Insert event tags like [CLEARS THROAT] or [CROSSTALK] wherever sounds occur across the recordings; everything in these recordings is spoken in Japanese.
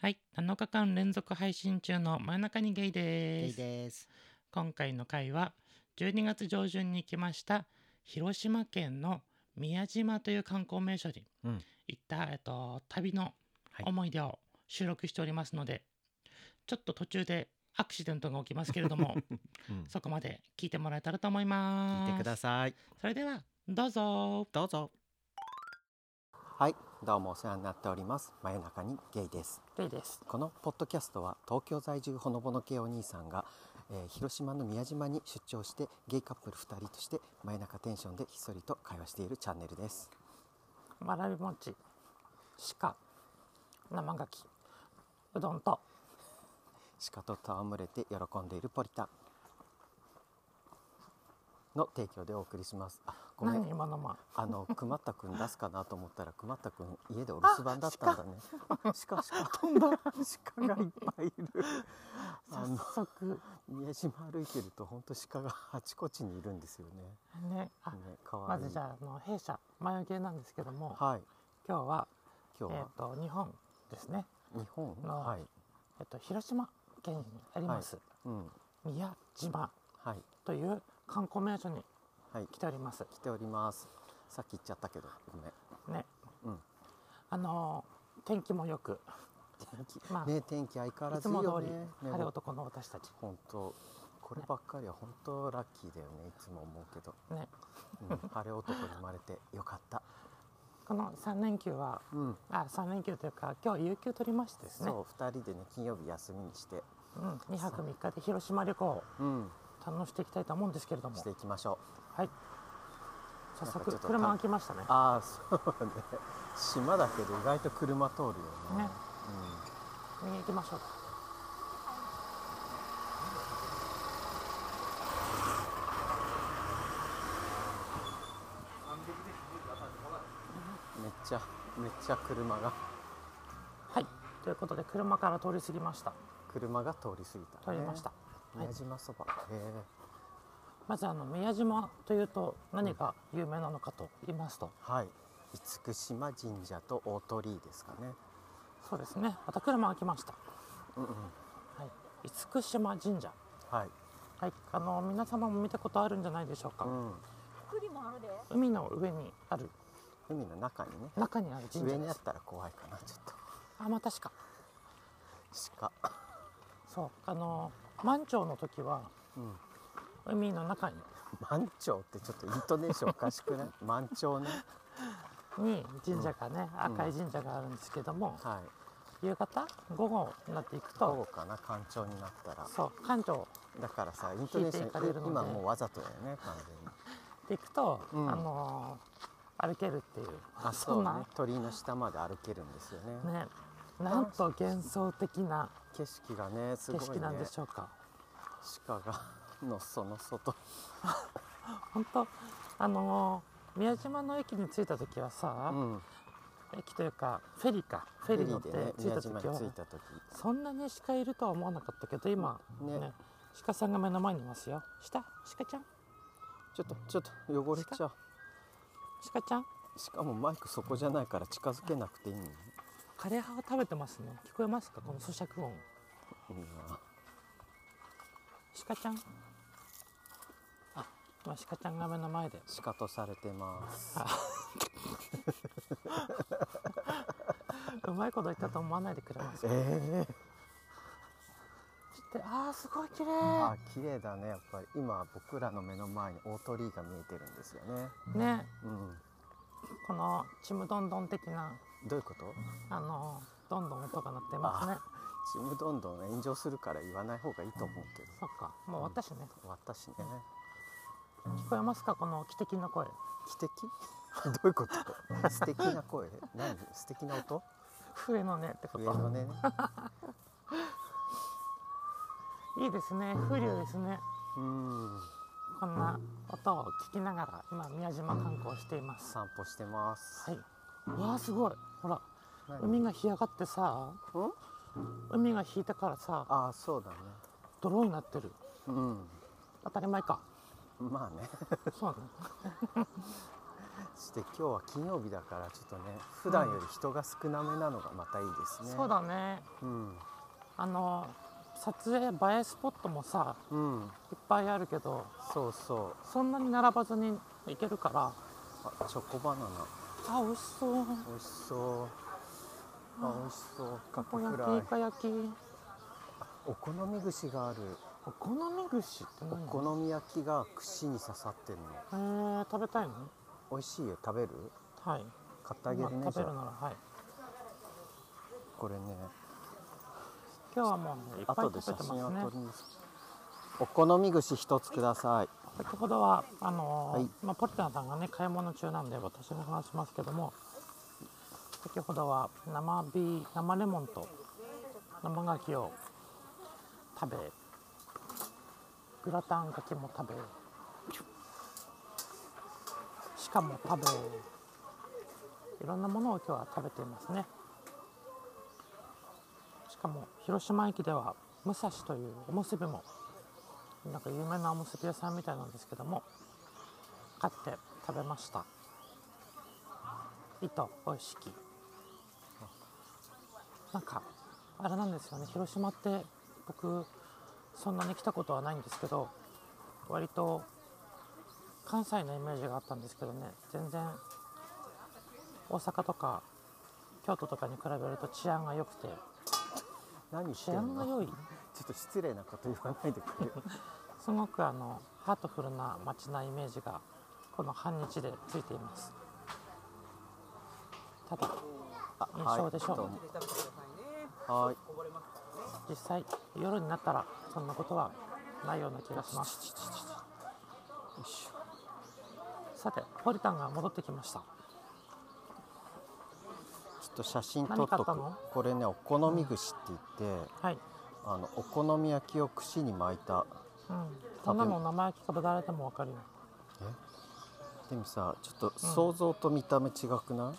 はい、7日間連続配信中の真ん中にゲイゲでイす。です。今回の回は12月上旬に来ました広島県の宮島という観光名所にうん行った、えっと、旅のはい思い出を収録しておりますので、ちょっと途中でアクシデントが起きますけれど [LAUGHS] もうんそこまで聞いてもらえたらと思い聞まいす。てください。それではどうぞどうぞ。はい、どうもお世話になっております。真夜中にゲイです。ゲイです。このポッドキャストは東京在住ほのぼの系お兄さんが、えー広島の宮島に出張してゲイカップル2人として真夜中テンションでひっそりと会話しているチャンネルです。わらび餅鹿生牡蠣うどんと鹿と戯れて喜んでいるポリタの提供でお送りします。あ、ごめん。今のまあの熊田くん出すかなと思ったら熊田くん家でお留守番だったんだね。あ鹿鹿飛んだ鹿がいっぱいいる。あの速宮島歩いてると本当鹿があちこちにいるんですよね。ねあね可ま愛いずじゃああの弊社眉毛なんですけどもはい。今日は今日えっは、と日本ですね、日本のはい。えっと広島県にあります、うん宮島はいという観光名所にはい来ております来ております。さっき言っちゃったけどごめん。ね、うんあのー天気もよく、天気、まあね天気相変わらいつずいいもよ通ねり。ね晴れ男の私たち本当こればっかりは本当ラッキーだよねいつも思うけど、ねうん、晴れ男に生まれてよかった。この3連休はうん。あ3連休というか今日有給取りましてですねそう2人でね金曜日休みにして、うん、2泊3日で広島旅行をうん、堪能していきたいと思うんですけれどもしていきましょうはい早なんかちょ速っと車が来ましたねああそうね島だけど意外と車通るよねね右行きましょうかうん、めっちゃめっちゃ車がはいということで車から通り過ぎました車が通り過ぎた、通ね、りました、はい宮島そば、へえまずあの宮島というと何が有名なのかと言いますと、はい厳島神社と大鳥居ですかねそうですねまた車が来ました、うんうんはい、厳島神社はい、はいあの皆様も見たことあるんじゃないでしょうか、うん、海の上にある海の中にね中にある神上社にであっすたら怖いかなちょっとあまあ確か鹿 [LAUGHS] そうあの満潮の時はうん海の中に満潮ってちょっとイントネーションおかし [LAUGHS] くない満潮ねに神社がね、赤い神社があるんですけども、はい夕方午後になっていくどうと、かな干潮になったらそう関東だからさイントネーシ引いていかれるのョンで今もうわざとだよね完全にで行くと、うんあのー歩けるっていうあそそんうねな鳥居の下まで歩けるんですよねねなんと幻想的な景色がねす景ごいね色なんでしょうか、鹿がのその外本当あのー宮島の駅に着いた時はうさ、ん駅というかフェリーかフェリー乗ってフェリー着いたでね宮時島には、着いた時そんなに鹿いるとは思わなかったけど今ねね鹿さんが目の前にいますよ下鹿ちゃんちょっとちょっと汚れちゃう鹿ちゃんしかもマイクそこじゃないから近づけなくていいのね枯れ葉を食べてますね聞こえますかこの咀嚼音うん鹿ちゃんあ今鹿ちゃんが目の前で [CLEARS THROAT] 鹿とされてますうまいこと言ったと思わないでくれますえかえってあーすごい綺あ麗綺麗だねやっぱり今僕らの目の前に大鳥居が見えてるんですよねねうんこのちむどんどん的などういうことあのどんどん音が鳴ってますねちむどんどん炎上するから言わない方がいいと思うけどそっかもう私ね私ね聞こえますかこの汽笛の声 [LAUGHS] 汽笛どういうこと素敵な声何素敵な音笛の音ってこ上とのね [LAUGHS] いいですね風流ですねうんこんな音を聞きながら今宮島観光しています散歩してます、はいわあすごいほら何海が干上がってさうん海が引いたからさああそうだね泥になってるうん [LAUGHS] 当たり前かまあねそうねそして今日は金曜日だからちょっとね普段より人が少なめなのがまたいいですね、そうだねうんあの撮影映えスポットもさうんいっぱいあるけどそうそうそんなに並ばずに行けるからあチョコバナナあ美味しそう美味しそうあ美味しそうカたキこフ焼ラきイイカ焼きお好み串があるお好み串ってお何好み焼きが串に刺さってるのえー、食べたいの美味しいよ食べるはい買ってあげるねまあ食じゃべるあならはいこれね今日はもういっぱい後食でべ写て真をま撮すりねにお好み串一つください先ほどはあのーはいまあ、ポリタンさんがね買い物中なんで私が話しますけども先ほどは生ビ生レモンと生牡蠣を食べグラタン牡蠣も食べしかも食べいろんなものを今日は食べていますねしかも広島駅では武蔵というおむすびもなんか有名なおむすび屋さんみたいなんですけども買って食べました糸おいしきなんかあれなんですよね広島って僕そんなに来たことはないんですけど割と関西のイメージがあったんですけどね全然大阪とか京都とかに比べると治安が良くて何言っ治てん安のがちょ良いっと失礼なこと言わないでくれよすごくあのハートフルな街なイメージがこの半日でついていますただあ印象でしょうどもはい実際夜になったらそんなことはないような気がしますよいしょさてポリタンが戻ってきましたちょっと写真撮っと何買ったくのこれねお好み串って言って、はい、あのお好み焼きを串に巻いたうん、そんなの生焼きかぶられてもわかるよでもさちょっと想像と見た目違くな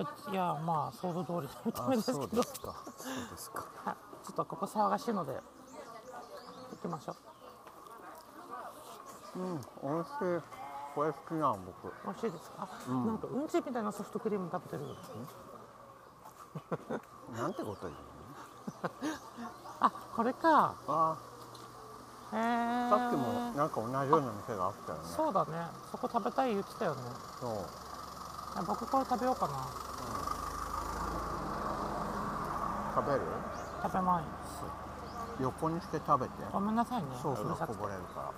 い、いやまあ想像通りの見た目あですけそどうですかそうですかはいちょっとここ騒がしいので行きましょううん美味しいこれ好きなん僕美味しいですか、なんかうんちみたいなソフトクリーム食べてるなんてこと言うのあこれかあへえーさっきもなんか同じような店があったよねそうだねそこ食べたい言ってたよねそうあ僕これ食べようかな食べる食べない横にして食べてごめんなさいねソースうるさがくこてぼれるから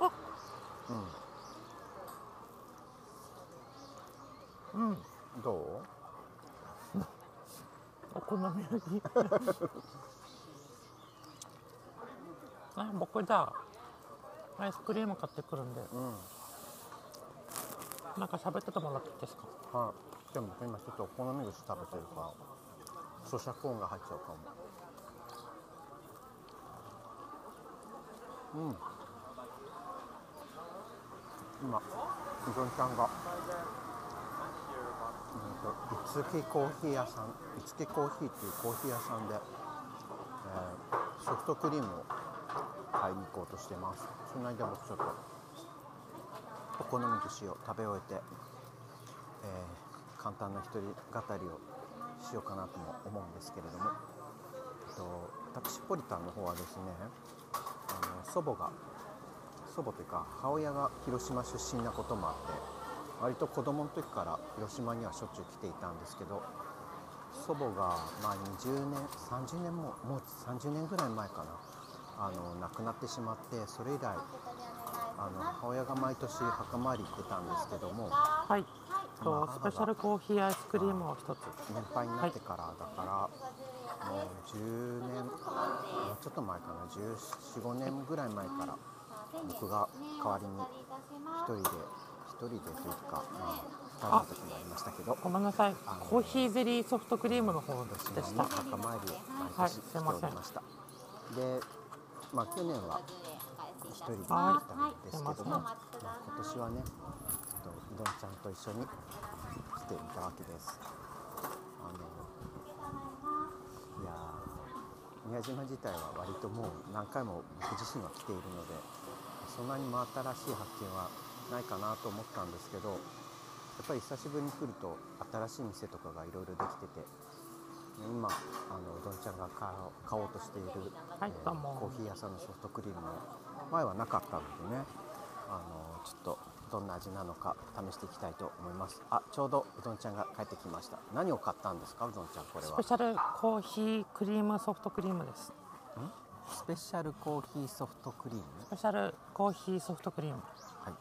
あうんうんどうお好み焼き [LAUGHS] あ僕じゃあアイスクリーム買ってくるんでうんなんか喋っててもらっていいですかはいでも今ちょっとお好み串食べてるから咀嚼音が入っちゃうかもうん今みどりちゃんがうんといつきコーヒー屋さんいつきコーヒーっていうコーヒー屋さんで、えーソフトクリームを買いに行こうとしてますその間僕ちょっとお好み串を食べ終えてえー簡単な一人語りをしようかなとも思うんですけれども、えっと、私ポリタンの方はですねあの祖母が祖母というか母親が広島出身なこともあって割と子供の時から広島にはしょっちゅう来ていたんですけど祖母がまあ20年30年ももう30年ぐらい前かなあの亡くなってしまってそれ以来あの母親が毎年墓参り行ってたんですけども。はいまとあスペシャルコーヒーアイスクリームを一つ年配になってからだから、もう10年もうちょっと前かな1415年ぐらい前から僕が代わりに一人で一人でというかまあ2人の時もありましたけどごめんなさいあのコーヒーゼリーソフトクリームの方で私しのた墓参りを毎はい年すしていませんおりました、で、まあ、去年は一人で行はっいたんですけども、はいまあ、今年はねえっとうどんちゃんと一緒に来てみたわけですあのいやー宮島自体は割ともう何回も僕自身は来ているのでそんなに真新しい発見はないかなと思ったんですけどやっぱり久しぶりに来ると新しい店とかがいろいろできてて今あのうどんちゃんが買おう買おうとしている、はいえーどうもコーヒー屋さんのソフトクリームも前はなかったのでねあのちょっとどんな味なのか試していきたいと思いますあちょうどうどんちゃんが帰ってきました何を買ったんですかうどんちゃんこれスはペシャルコーヒークリームソフトクリームですスペシャルコーヒーソフトクリームスペシャルコーヒーソフトクリームはい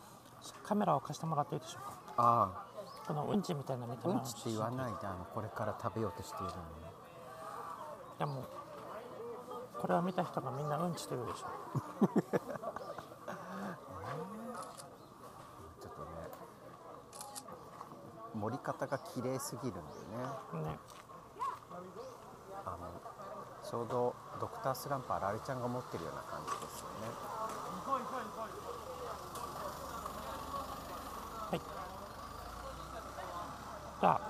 カメラを貸してもらっていいでしょうかあこのうんちみたいな見あたう目んのちって言わないであのこれから食べようとしているのにでもこれを見た人がみんなうんちと言うでしょうちょっとね盛り方が綺麗すぎるんでねねあのちょうどドクタースランプあられちゃんが持ってるような感じですよねじゃあ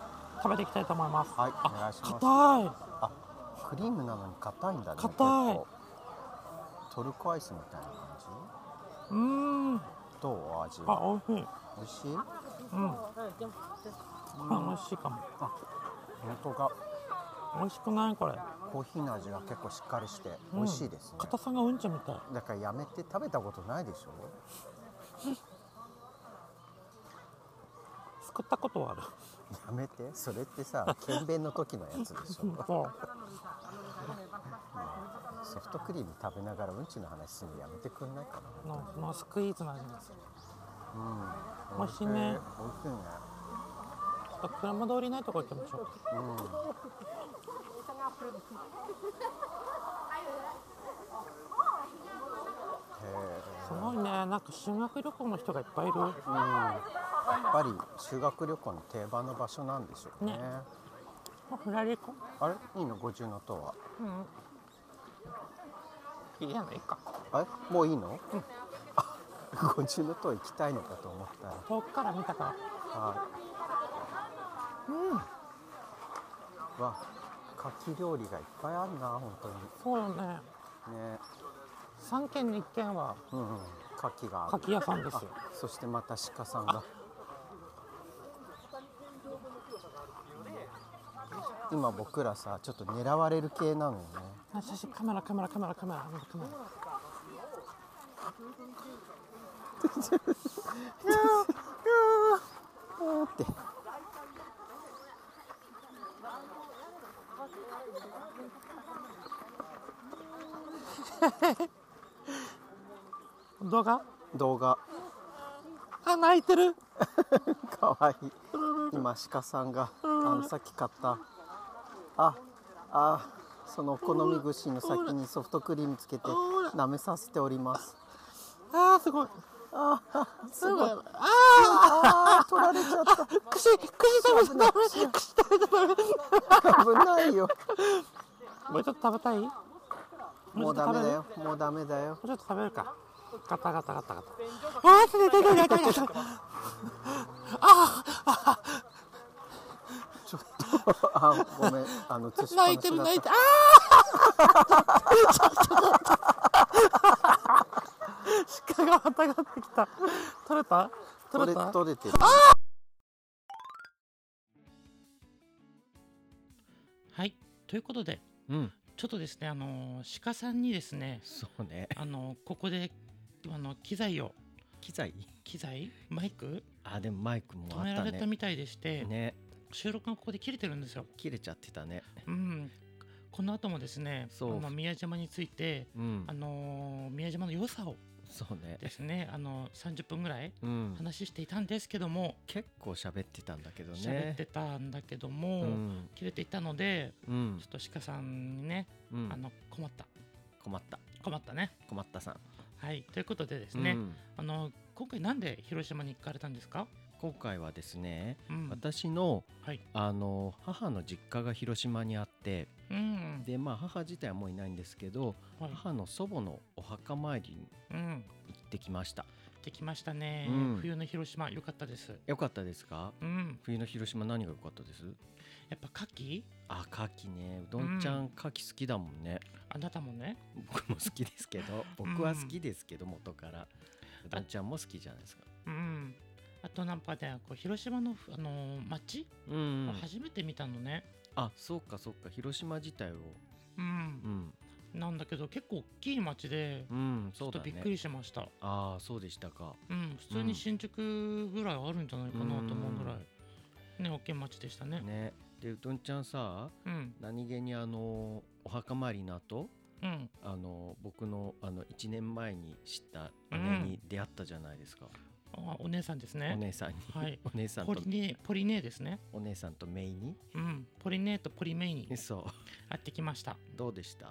食べていきたいと思いますはいあお願いします硬いあクリームなのに硬いんだね硬い結構トルコアイスみたいな感じうーんどうお味あ美味しい美味しいうんあ美味しいかも本当が美味しくないこれコーヒーの味が結構しっかりしてうん美味しいですね、硬さがうんちみたいだからやめて食べたことないでしょすくったことはあるやめてそれってさ検便の時のやつでしょそうソフトクリーム食べながらうんちの話するのやめてくんないかなののスクイーズの味なんですようん美味しいね美味しいねちょっと車通りないとこ行きましょううんへえすごいねなんか修学旅行の人がいっぱいいるうんやっぱり修学旅行の定番の場所なんでしょうねねフラリコあれいいの五重の塔はうんいいやないかあれもういいの、あ [LAUGHS] 五重の塔行きたいのかと思ったら遠くから見たからはい。うん。わ、牡蠣料理がいっぱいあるな、本当に。そうよねね。 3軒に1軒はうん、うん。牡蠣がある。柿屋さんですよそしてまた鹿さんが。今僕らさ、ちょっと狙われる系なのよね。あ写真カメラカメラカメラカメラカメラおーって。動画動画。あ泣いてるかわいい今鹿さんがあのさっき買ったああそのお好み串の先にソフトクリームつけて舐めさせておりますあーすごいあすごいああー取られちゃったー串串食べた串食べた危ないよもうちょっと食べたいももううちょっと食ダメべだるよもうダメだよもうちょっと食べるかガタガタガタガタあー痛い痛い痛い痛い痛いちょっとあごめんあ [LAUGHS] の映しっぱな泣しいてるだ泣いってたるああ鹿がまたがってきた取れた取取れれた取れてるはいということでうんちょっとですねあのー鹿さんにですねそうねあのーここであの機材を機材機材マイクあでもマイクも止められたみたいでして、ね収録がここで切れてるんですよ。切れちゃってたねうん、この後もですねあそうの宮島についてうんあのー宮島の良さをそうねですねあの30分ぐらいうん話していたんですけども結構喋ってたんだけど喋ってたんだけども、うん切れていたのでうんちょっと鹿さんにね、うんあの困った困った困ったね。困ったさんはいということでですね、うんあの今回なんで広島に行かれたんですか、今回はですね、うん、私のはい、あの母の実家が広島にあってうんで、まあ、母自体はもういないんですけどはい、母の祖母のお墓参りにうん、行ってきましたできましたね、うん冬の広島良かったですよかったですかうん冬の広島何が良かったですやっぱ牡蠣あ牡蠣ねうどんちゃうんん牡蠣好きだもんね、あなたもね僕も好きですけど僕は好きですけど元からうどんちゃんも好きじゃないですか。うんあとなんかねこう広島の、あのー街うんうん、を初めて見たのね、あそうかそうか広島自体をうんうんなんだけど結構大きい街でうんちょっそうだとねびっくりしました、ああそうでしたかうん普通に新宿ぐらいあるんじゃないかなと思うぐらい、ね大きい街でしたねねでうどんちゃんさうん何気にあのお墓参りの後うんあの僕のあの1年前に知った姉に出会ったじゃないですか、あお姉さんですおね姉さんに、はいお姉さんポとリネポリネーですねお姉さんとメイにうんポリネーとポリメイにえそ会ってきましたうどうでした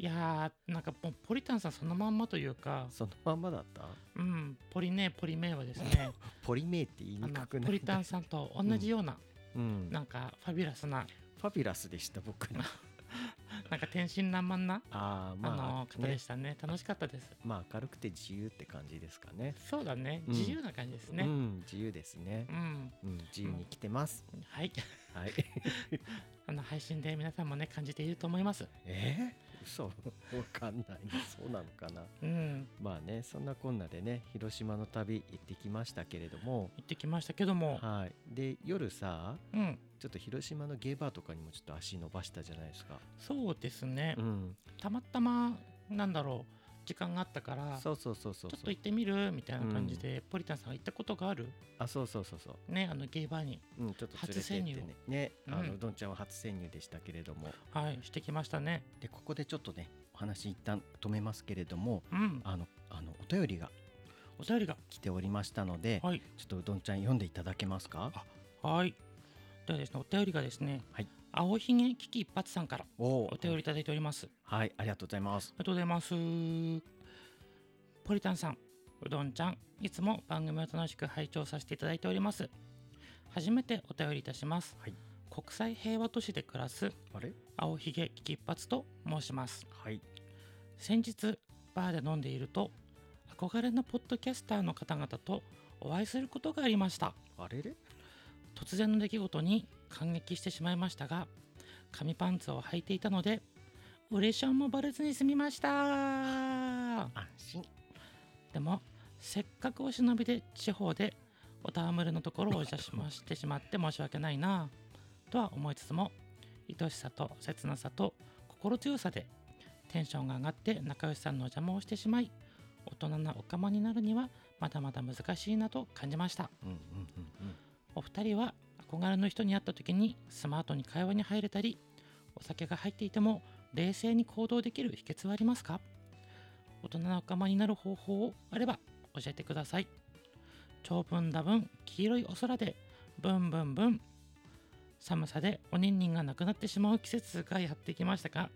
いやーなんかもうポリタンさんそのまんまというかそのまんまだったうんポリネーポリメイはです [LAUGHS] ねポリメイって言いあにのくくポなリいタンさんと同じような、うん、なんかファビュラスなファビュラスでした僕のなんか天真爛漫な、 [LAUGHS] あああまのあ、方ねでしたね楽しかったですまあ明るくて自由って感じですかねそうだねうん自由な感じですね、うん自由ですねう、ん、うん、自由に来てます、はい、 [LAUGHS] はいあの配信で皆さんもね感じていると思います。 [LAUGHS] えー、嘘 [LAUGHS] わかんないそうなのかなうん、まあねそんなこんなでね広島の旅行ってきましたけれども行ってきましたけども、はいで夜さうん、ちょっと広島のゲーバーとかにもちょっと足伸ばしたじゃないですかそうですねう。んたまたまなんだろう時間があったから、ちょそうそうそうそうっそとう行ってみるみたいな感じで、ポリタンさんが行ったことがあるあそうそうそうそうね、あのゲイバーにうんちょっと連れてって初潜ねねあの、うんうどんちゃんは初潜入でしたけれどもはいしてきましたね。でここでちょっとねお話一旦止めますけれどもうん、あのあのお便りがお便りが来ておりましたので、はいちょっとうどんちゃん読んでいただけますかはい。ではですねお便りがですね、はい青ひげ危機一髪さんからおお便りいただいております。はいありがとうございますありがとうございます。ポリタンさん、うどんちゃん、いつも番組を楽しく拝聴させていただいております。初めてお便りいたします。はい国際平和都市で暮らすあれ青ひげ危機一髪と申します。はい先日、バーで飲んでいると、憧れのポッドキャスターの方々とお会いすることがありました。あれれ突然の出来事に感激してしまいましたが紙パンツを履いていたのでウレションもバレずに済みました安心でもせっかくお忍びで地方でお戯れのところをお邪魔してしまって申し訳ないなぁとは思いつつも愛しさと切なさと心強さでテンションが上がって仲良しさんのお邪魔をしてしまい大人なお釜になるにはまだまだ難しいなと感じましたうんうんうんお二人は憧れの人に会った時にスマートに会話に入れたりお酒が入っていても冷静に行動できる秘訣はありますか大人の仲間になる方法をあれば教えてください長文多分黄色いお空でブンブンブン寒さでおにんにんがなくなってしまう季節がやってきましたが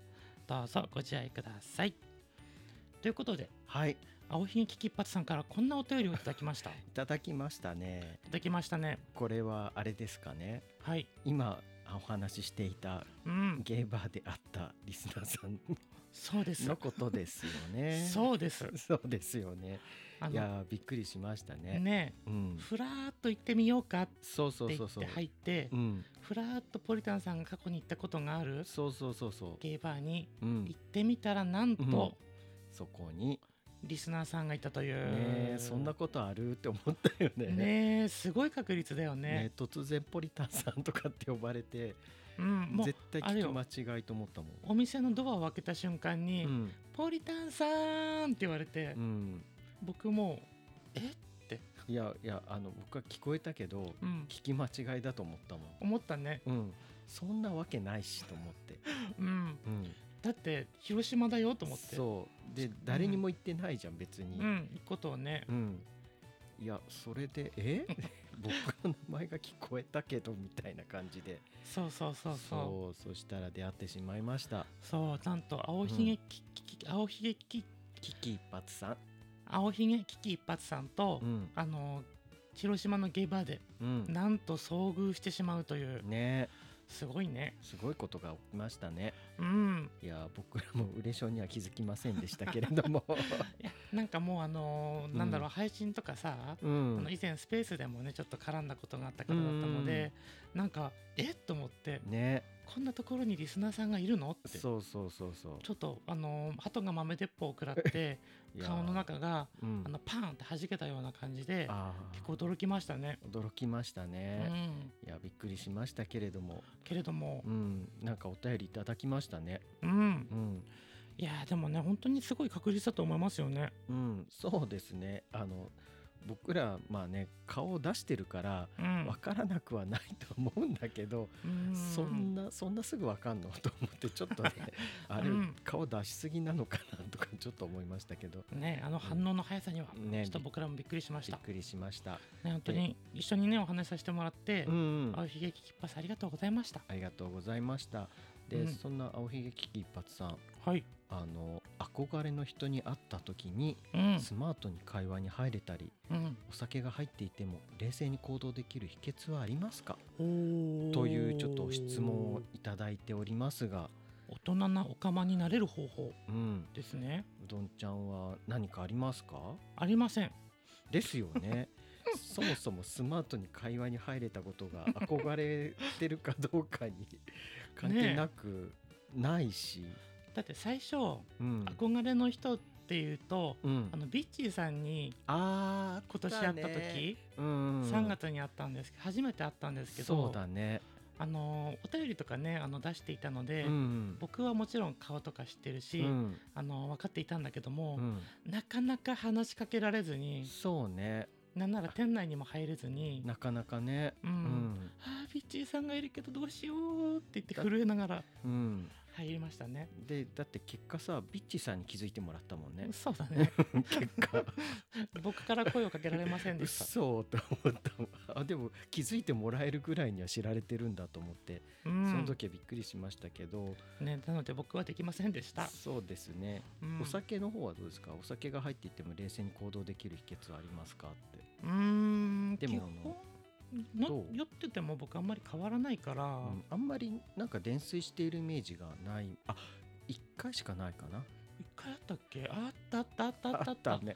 どうぞご自愛くださいということではいい青ひげ危機一髪さんからこんなお便りをいただきましたいただきましたねただきましたねこれはあれですかねはい今お話ししていたうんゲーバーで会ったリスナーさんそうですのことですよねそうです。そうですよねあいのやーびっくりしましたねねうんふらーっと行ってみようかってそうそう言そっうそうて入ってうんふらーっとポリタンさんが過去に行ったことがあるそうそうそうそゲイバーにううん行ってみたらなんとそこにリスナーさんがいたという。ねそんなことあるって思ったよねねえすごい確率だよね。ね突然ポリタンさんとかって呼ばれてうん、もう絶対あれよ聞き間違いと思ったもんお店のドアを開けた瞬間に「うんポリタンさん!」って言われて、うん僕も「えっ?」て、いやいやあの僕は聞こえたけどうん、聞き間違いだと思ったもん思ったね、うんそんなわけないしと思ってうん、うんだって広島だ [LAUGHS] よと思ってそうで誰にも言ってないじゃん別にうん、行くことをね、うんいやそれでえ [LAUGHS] 僕の名前が聞こえたけどみたいな感じでそうそうそうそう。そうそしたら出会ってしまいましたそうなんと青ひげき、きき青ひげき危機一髪さん青ひげ危機一髪さんと、うんあの広島のゲイバーでうんなんと遭遇してしまうというねすごいねすごいことが起きましたねうんいや僕らも嬉しょには気づきませんでしたけれど [LAUGHS] もいやなんかもうあのーなんだろう、うん配信とかさ、うあのん以前スペースでもねちょっと絡んだことがあった方だったので、なんかえっと思ってねこんなところにリスナーさんがいるのってちょそうそうそうそうっとあのー鳩が豆鉄砲を食らって [LAUGHS] いやー顔の中がうんあのパーンって弾けたような感じであー結構驚きましたね。驚きましたうね、ん、いやびっくりしましたけれどもけれどもう、んなんかお便りいただきましたねうんう、んいやーでもね本当にすごい確率だと思いますよね。うんそうですねあの僕らまあね顔を出してるからうん分からなくはないと思うんだけど、うんそんなそんなすぐ分かんのと思ってちょっ [LAUGHS] とねあれうん顔出しすぎなのかなとかちょっと思いましたけどねあの反応の速さには、ねちょっと僕らもびっくりしましびたっ。くりしましたね本当に一緒にねお話しさせてもらって、うんうん青ひげききっぱさんありがとうございました。ありがとうございましたで、うんそんな青ひげ危機一髪さんはい、あの憧れの人に会った時にうん、スマートに会話に入れたりうん、お酒が入っていても冷静に行動できる秘訣はありますかおーというちょっと質問をいただいておりますが、大人なお釜になれる方法うん、ですねうどんちゃんは何かありますかありませんですよねそもそもスマートに会話に入れたことが憧れてるかどうかに関係なくないし、だって最初うん、憧れの人っていうとうんあ、のビッチーさんにあー今年会った、あたね時うんうん、 3月に会ったんですけど初めて会ったんですけそうどだね、あのお便りとかねあの出していたのでうん僕はもちろん顔とか知ってるうしんあの分かっていたんだけどうもんなかなか話しかけられずにそうねなんなら店内にも入れずになかなかね、うんあービッチーさんがいるけどどうしようって言って震えながらうんうん、入りましたね。でだって結果さビッチさんに気づいてもらったもんねそうだね。 [LAUGHS] 結果 [LAUGHS] 僕から声をかけられませんでした。嘘と思ったもんあでも気づいてもらえるぐらいには知られてるんだと思って、うんその時はびっくりしましたけどね、なので僕はできませんでした。そうですね、うんお酒の方はどうですかお酒が入っていても冷静に行動できる秘訣はありますかってうーん。でも基本どうの酔ってても僕あんまり変わらないから、あ,、うん、あんまりなんか泥酔しているイメージがないあ一回しかないかな一回あったっけ？あったあったあったあったああっ。ったたね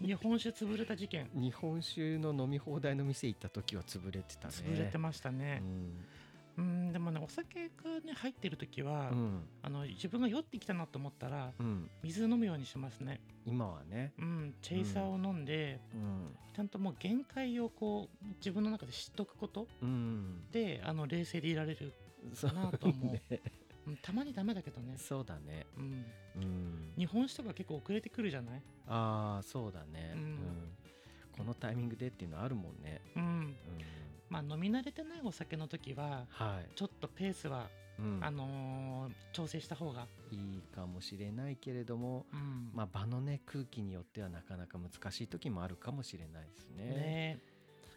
[LAUGHS] 日本酒潰れた事件。日本酒の飲み放題の店行った時は潰れてたね潰れてましたうね。んうん、でもね、お酒がね入ってる時は、うんあの自分が酔ってきたなと思ったらうん水飲むようにしますね。今はねうん、チェイサーを飲んで、うんちゃんともう限界をこう自分の中で知っとくことうんで、あの冷静でいられるそうなと思う [LAUGHS] ねうんたまにダメだけどね、そうだねうん、うん日本酒とか結構遅れてくるじゃない、ああそうだね、うんこのタイミングでっていうのあるもんね、うんうん、まあ、飲み慣れてないお酒の時ははい、ちょっとペースは、うん、あのー調整した方が、いいかもしれないけれどもうんまあ場のね空気によってはなかなか難しい時もあるかもしれないですねねえ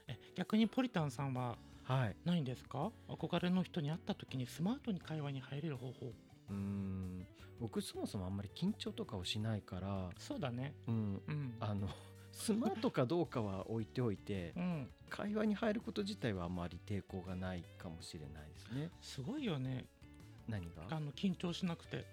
え逆にポリタンさんははいないんですか憧れの人に会った時にスマートに会話に入れる方法うん僕そもそもあんまり緊張とかをしないから、そうだねうん、うんあの [LAUGHS] スマートかどうかは置いておいてうん会話に入ること自体はあまり抵抗がないかもしれないですねすごいよね何があの緊張しなくて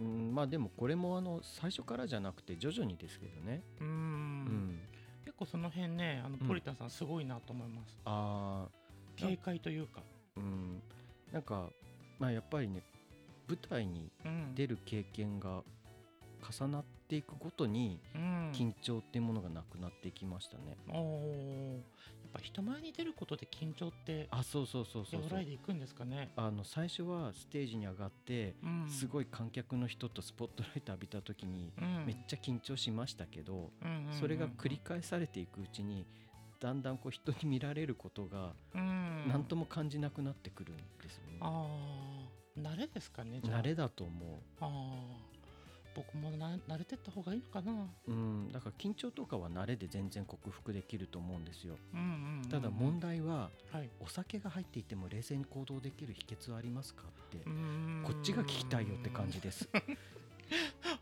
うん、まあでもこれもあの最初からじゃなくて徐々にですけどね、うんうん結構その辺ねあのうんポリタンさんすごいなと思います、あー警戒というか、うんなんか、まあ、やっぱりね舞台にうん、出る経験が重なっていくごとにうん、緊張っていうものがなくなってきましたね、おーやっぱ人前に出ることで緊張ってあそうそうそうそう和そらういでいくんですかね。あの最初はステージに上がってうんすい、ごい観客の人とスポットライト浴びた時にうん、めっちゃ緊張しましたけど、うんうんうんうんそれが繰り返されていくうちにだんだんこう人に見られることがうん何とも感じなくなってくるんですよね。あー慣れですかねじゃあ慣れだと思あー僕もな慣れてった方がいいのかな、うんう、うん、だから緊張とかは慣れで全然克服できると思うんですようんうん、ただ問、題ははい、お酒が入っていても冷静に行動できる秘訣はありますかってうーんこっちが聞きたいよって感じです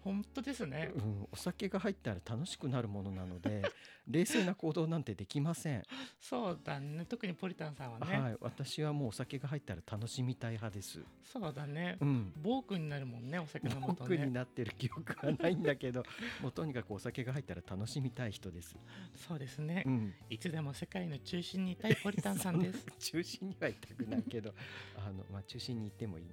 本当です [LAUGHS] ねう。ん、お酒が入ったら楽しくなるものなの [LAUGHS] で冷静な行動なんてできません、そうだね。特にポリタンさんはね。はい、私はもうお酒が入ったら楽しみたい派です、そうだねう。ん、暴君になるもんね、お酒飲むと僕にね。なってる記憶はないんだけどもうとにかくお酒が入ったら楽しみたい人です、そうですねう。ん、いつでも世界の中心にいたいポリタンさんで [LAUGHS] すそ。な中心にはいたくな [LAUGHS] いけどあの、まあ、中心にいてもいい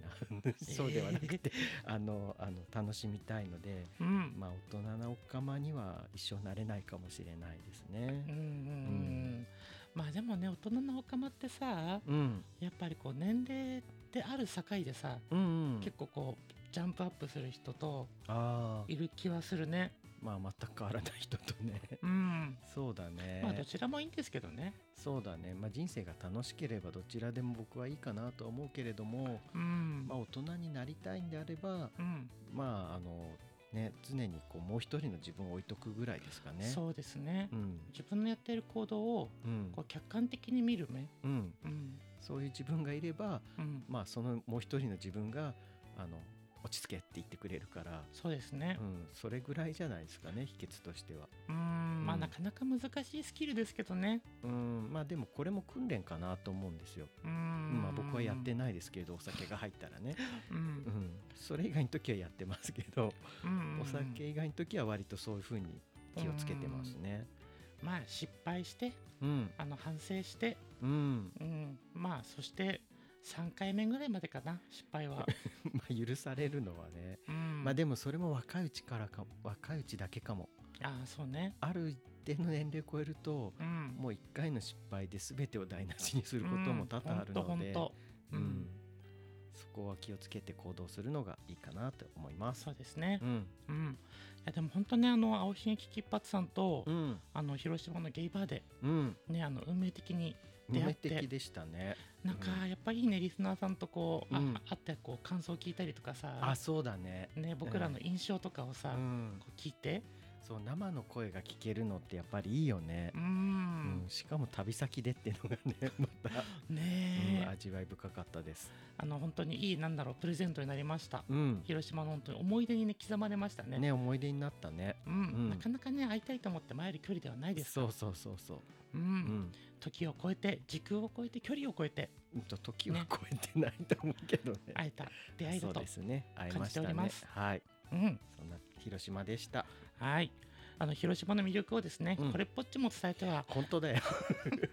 な [LAUGHS] そうではなくて、 [LAUGHS] あのあの楽しみたいので、うん。まあ、大人なおっかまには一生なれないかもしれないですうんうんね。うんうん。まあでもね、大人のおかまってさ、うん、やっぱりこう年齢である境でさ、うん、うん結構こうジャンプアップする人とああいる気はするね。まあ全く変わらない人とね [LAUGHS] うん。そうだね、まあどちらもいいんですけどね。そうだね、まあ、人生が楽しければどちらでも僕はいいかなとは思うけれども、うんまあ、。大人になりたいんであればうん。まああのね常にこうもう一人の自分を置いとくぐらいですかね。そうですねう。ん自分のやってる行動をうんこう客観的に見る目。うん、うん。そういう自分がいれば、うん。まあ、そのもう一人の自分があの落ち着けって言ってくれるから、そうですねう。ん、それぐらいじゃないですかね秘訣としては。うん。まあうんなかなか難しいスキルですけどね。うんまあ、でもこれも訓練かなと思うんですよ。うん。まあ、僕はやってないですけれどお酒が入ったら [LAUGHS] ね、う。うんん、それ以外の時はやってますけど、うん。お酒以外の時は割とそういうふうに気をつけてますね。まあ失敗してうん、あの反省して、うん、うん、まあそして3回目ぐらいまでかな失敗 [LAUGHS] は、まあ許されるのはね、うん、まあでもそれも若いうちからかも若いうちだけかもああそうねある一定の年齢を超えるとうんもう1回の失敗で全てを台無しにすることも多々あるので、うんほんとほんとううんん、そこは気をつけて行動するのがいいかなと思いますそ。うですねうん、うん、いやでも本当ねあの青ひげ危機一髪さんと、うん、あの広島のゲイバーでうん、ねあの運命的に出運会命って的でしたね。なんかやっぱりいいねリスナーさんとこう、あうん会ってこう感想を聞いたりとかさあ、、そうだね。ね僕らの印象とかをうさ、んこ、う聞いてそう生の声が聞けるのってやっぱりいいよねう。うん、んしかも旅先でっていうのがね [LAUGHS] また、ねえ、うん味わい深かったです。あの本当にいいなんだろうプレゼントになりましたうん、広島の本当に思い出にね刻まれましたねね思い出になったね。うんんなかなかね会いたいと思って前より距離ではないですそうそうそうそう。う、うんん、時を超えて時空を超えて距離を超えてうんと時は超えてないと思うけどね。会えた出会いだそうとですね。会えました感じておりまね。すはい。うんそんな広島でした。はいあの広島の魅力をですね、うんこれっぽっちも伝えては本当だよ。 [LAUGHS]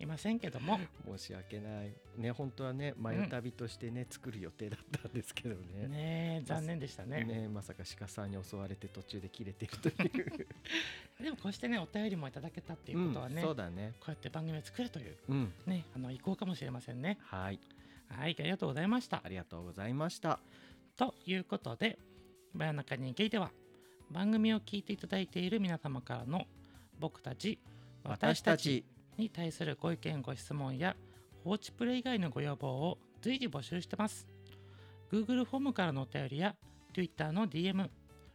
いませんけども申し訳ない。ね、本当はね、前旅としてね、作る予定だったんですけどね。ねえ残念でしたねね、まさか鹿さんに襲われて途中で切れてるという。でもこうしてねお便りもいただけたって [LAUGHS] いうことはね、んそうこだね。うやって番組を作るといううん。ねあの意向かもしれませんねはい。はいありがとうございましたありがとうございました。ということで「真夜中にゲイ」では番組を聞いていただいている皆様からの僕たち私たち。に対するご意見ご質問や放置プレイ以外のご要望を随時募集してます Google フォームからのお便りや Twitter の DM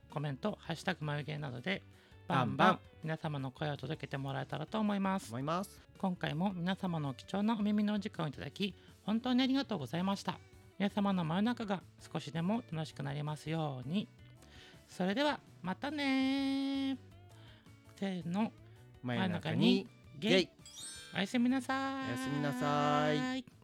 コメント「ハッシュタグ眉毛」などでバンババンン皆様の声を届けてもらえたらと思います思います。今回も皆様の貴重なお耳のお時間をいただき本当にありがとうございました皆様の真夜中が少しでも楽しくなりますようにそれではまたねーせーの真夜中にゲイおやすみなさーいおやすみなさーい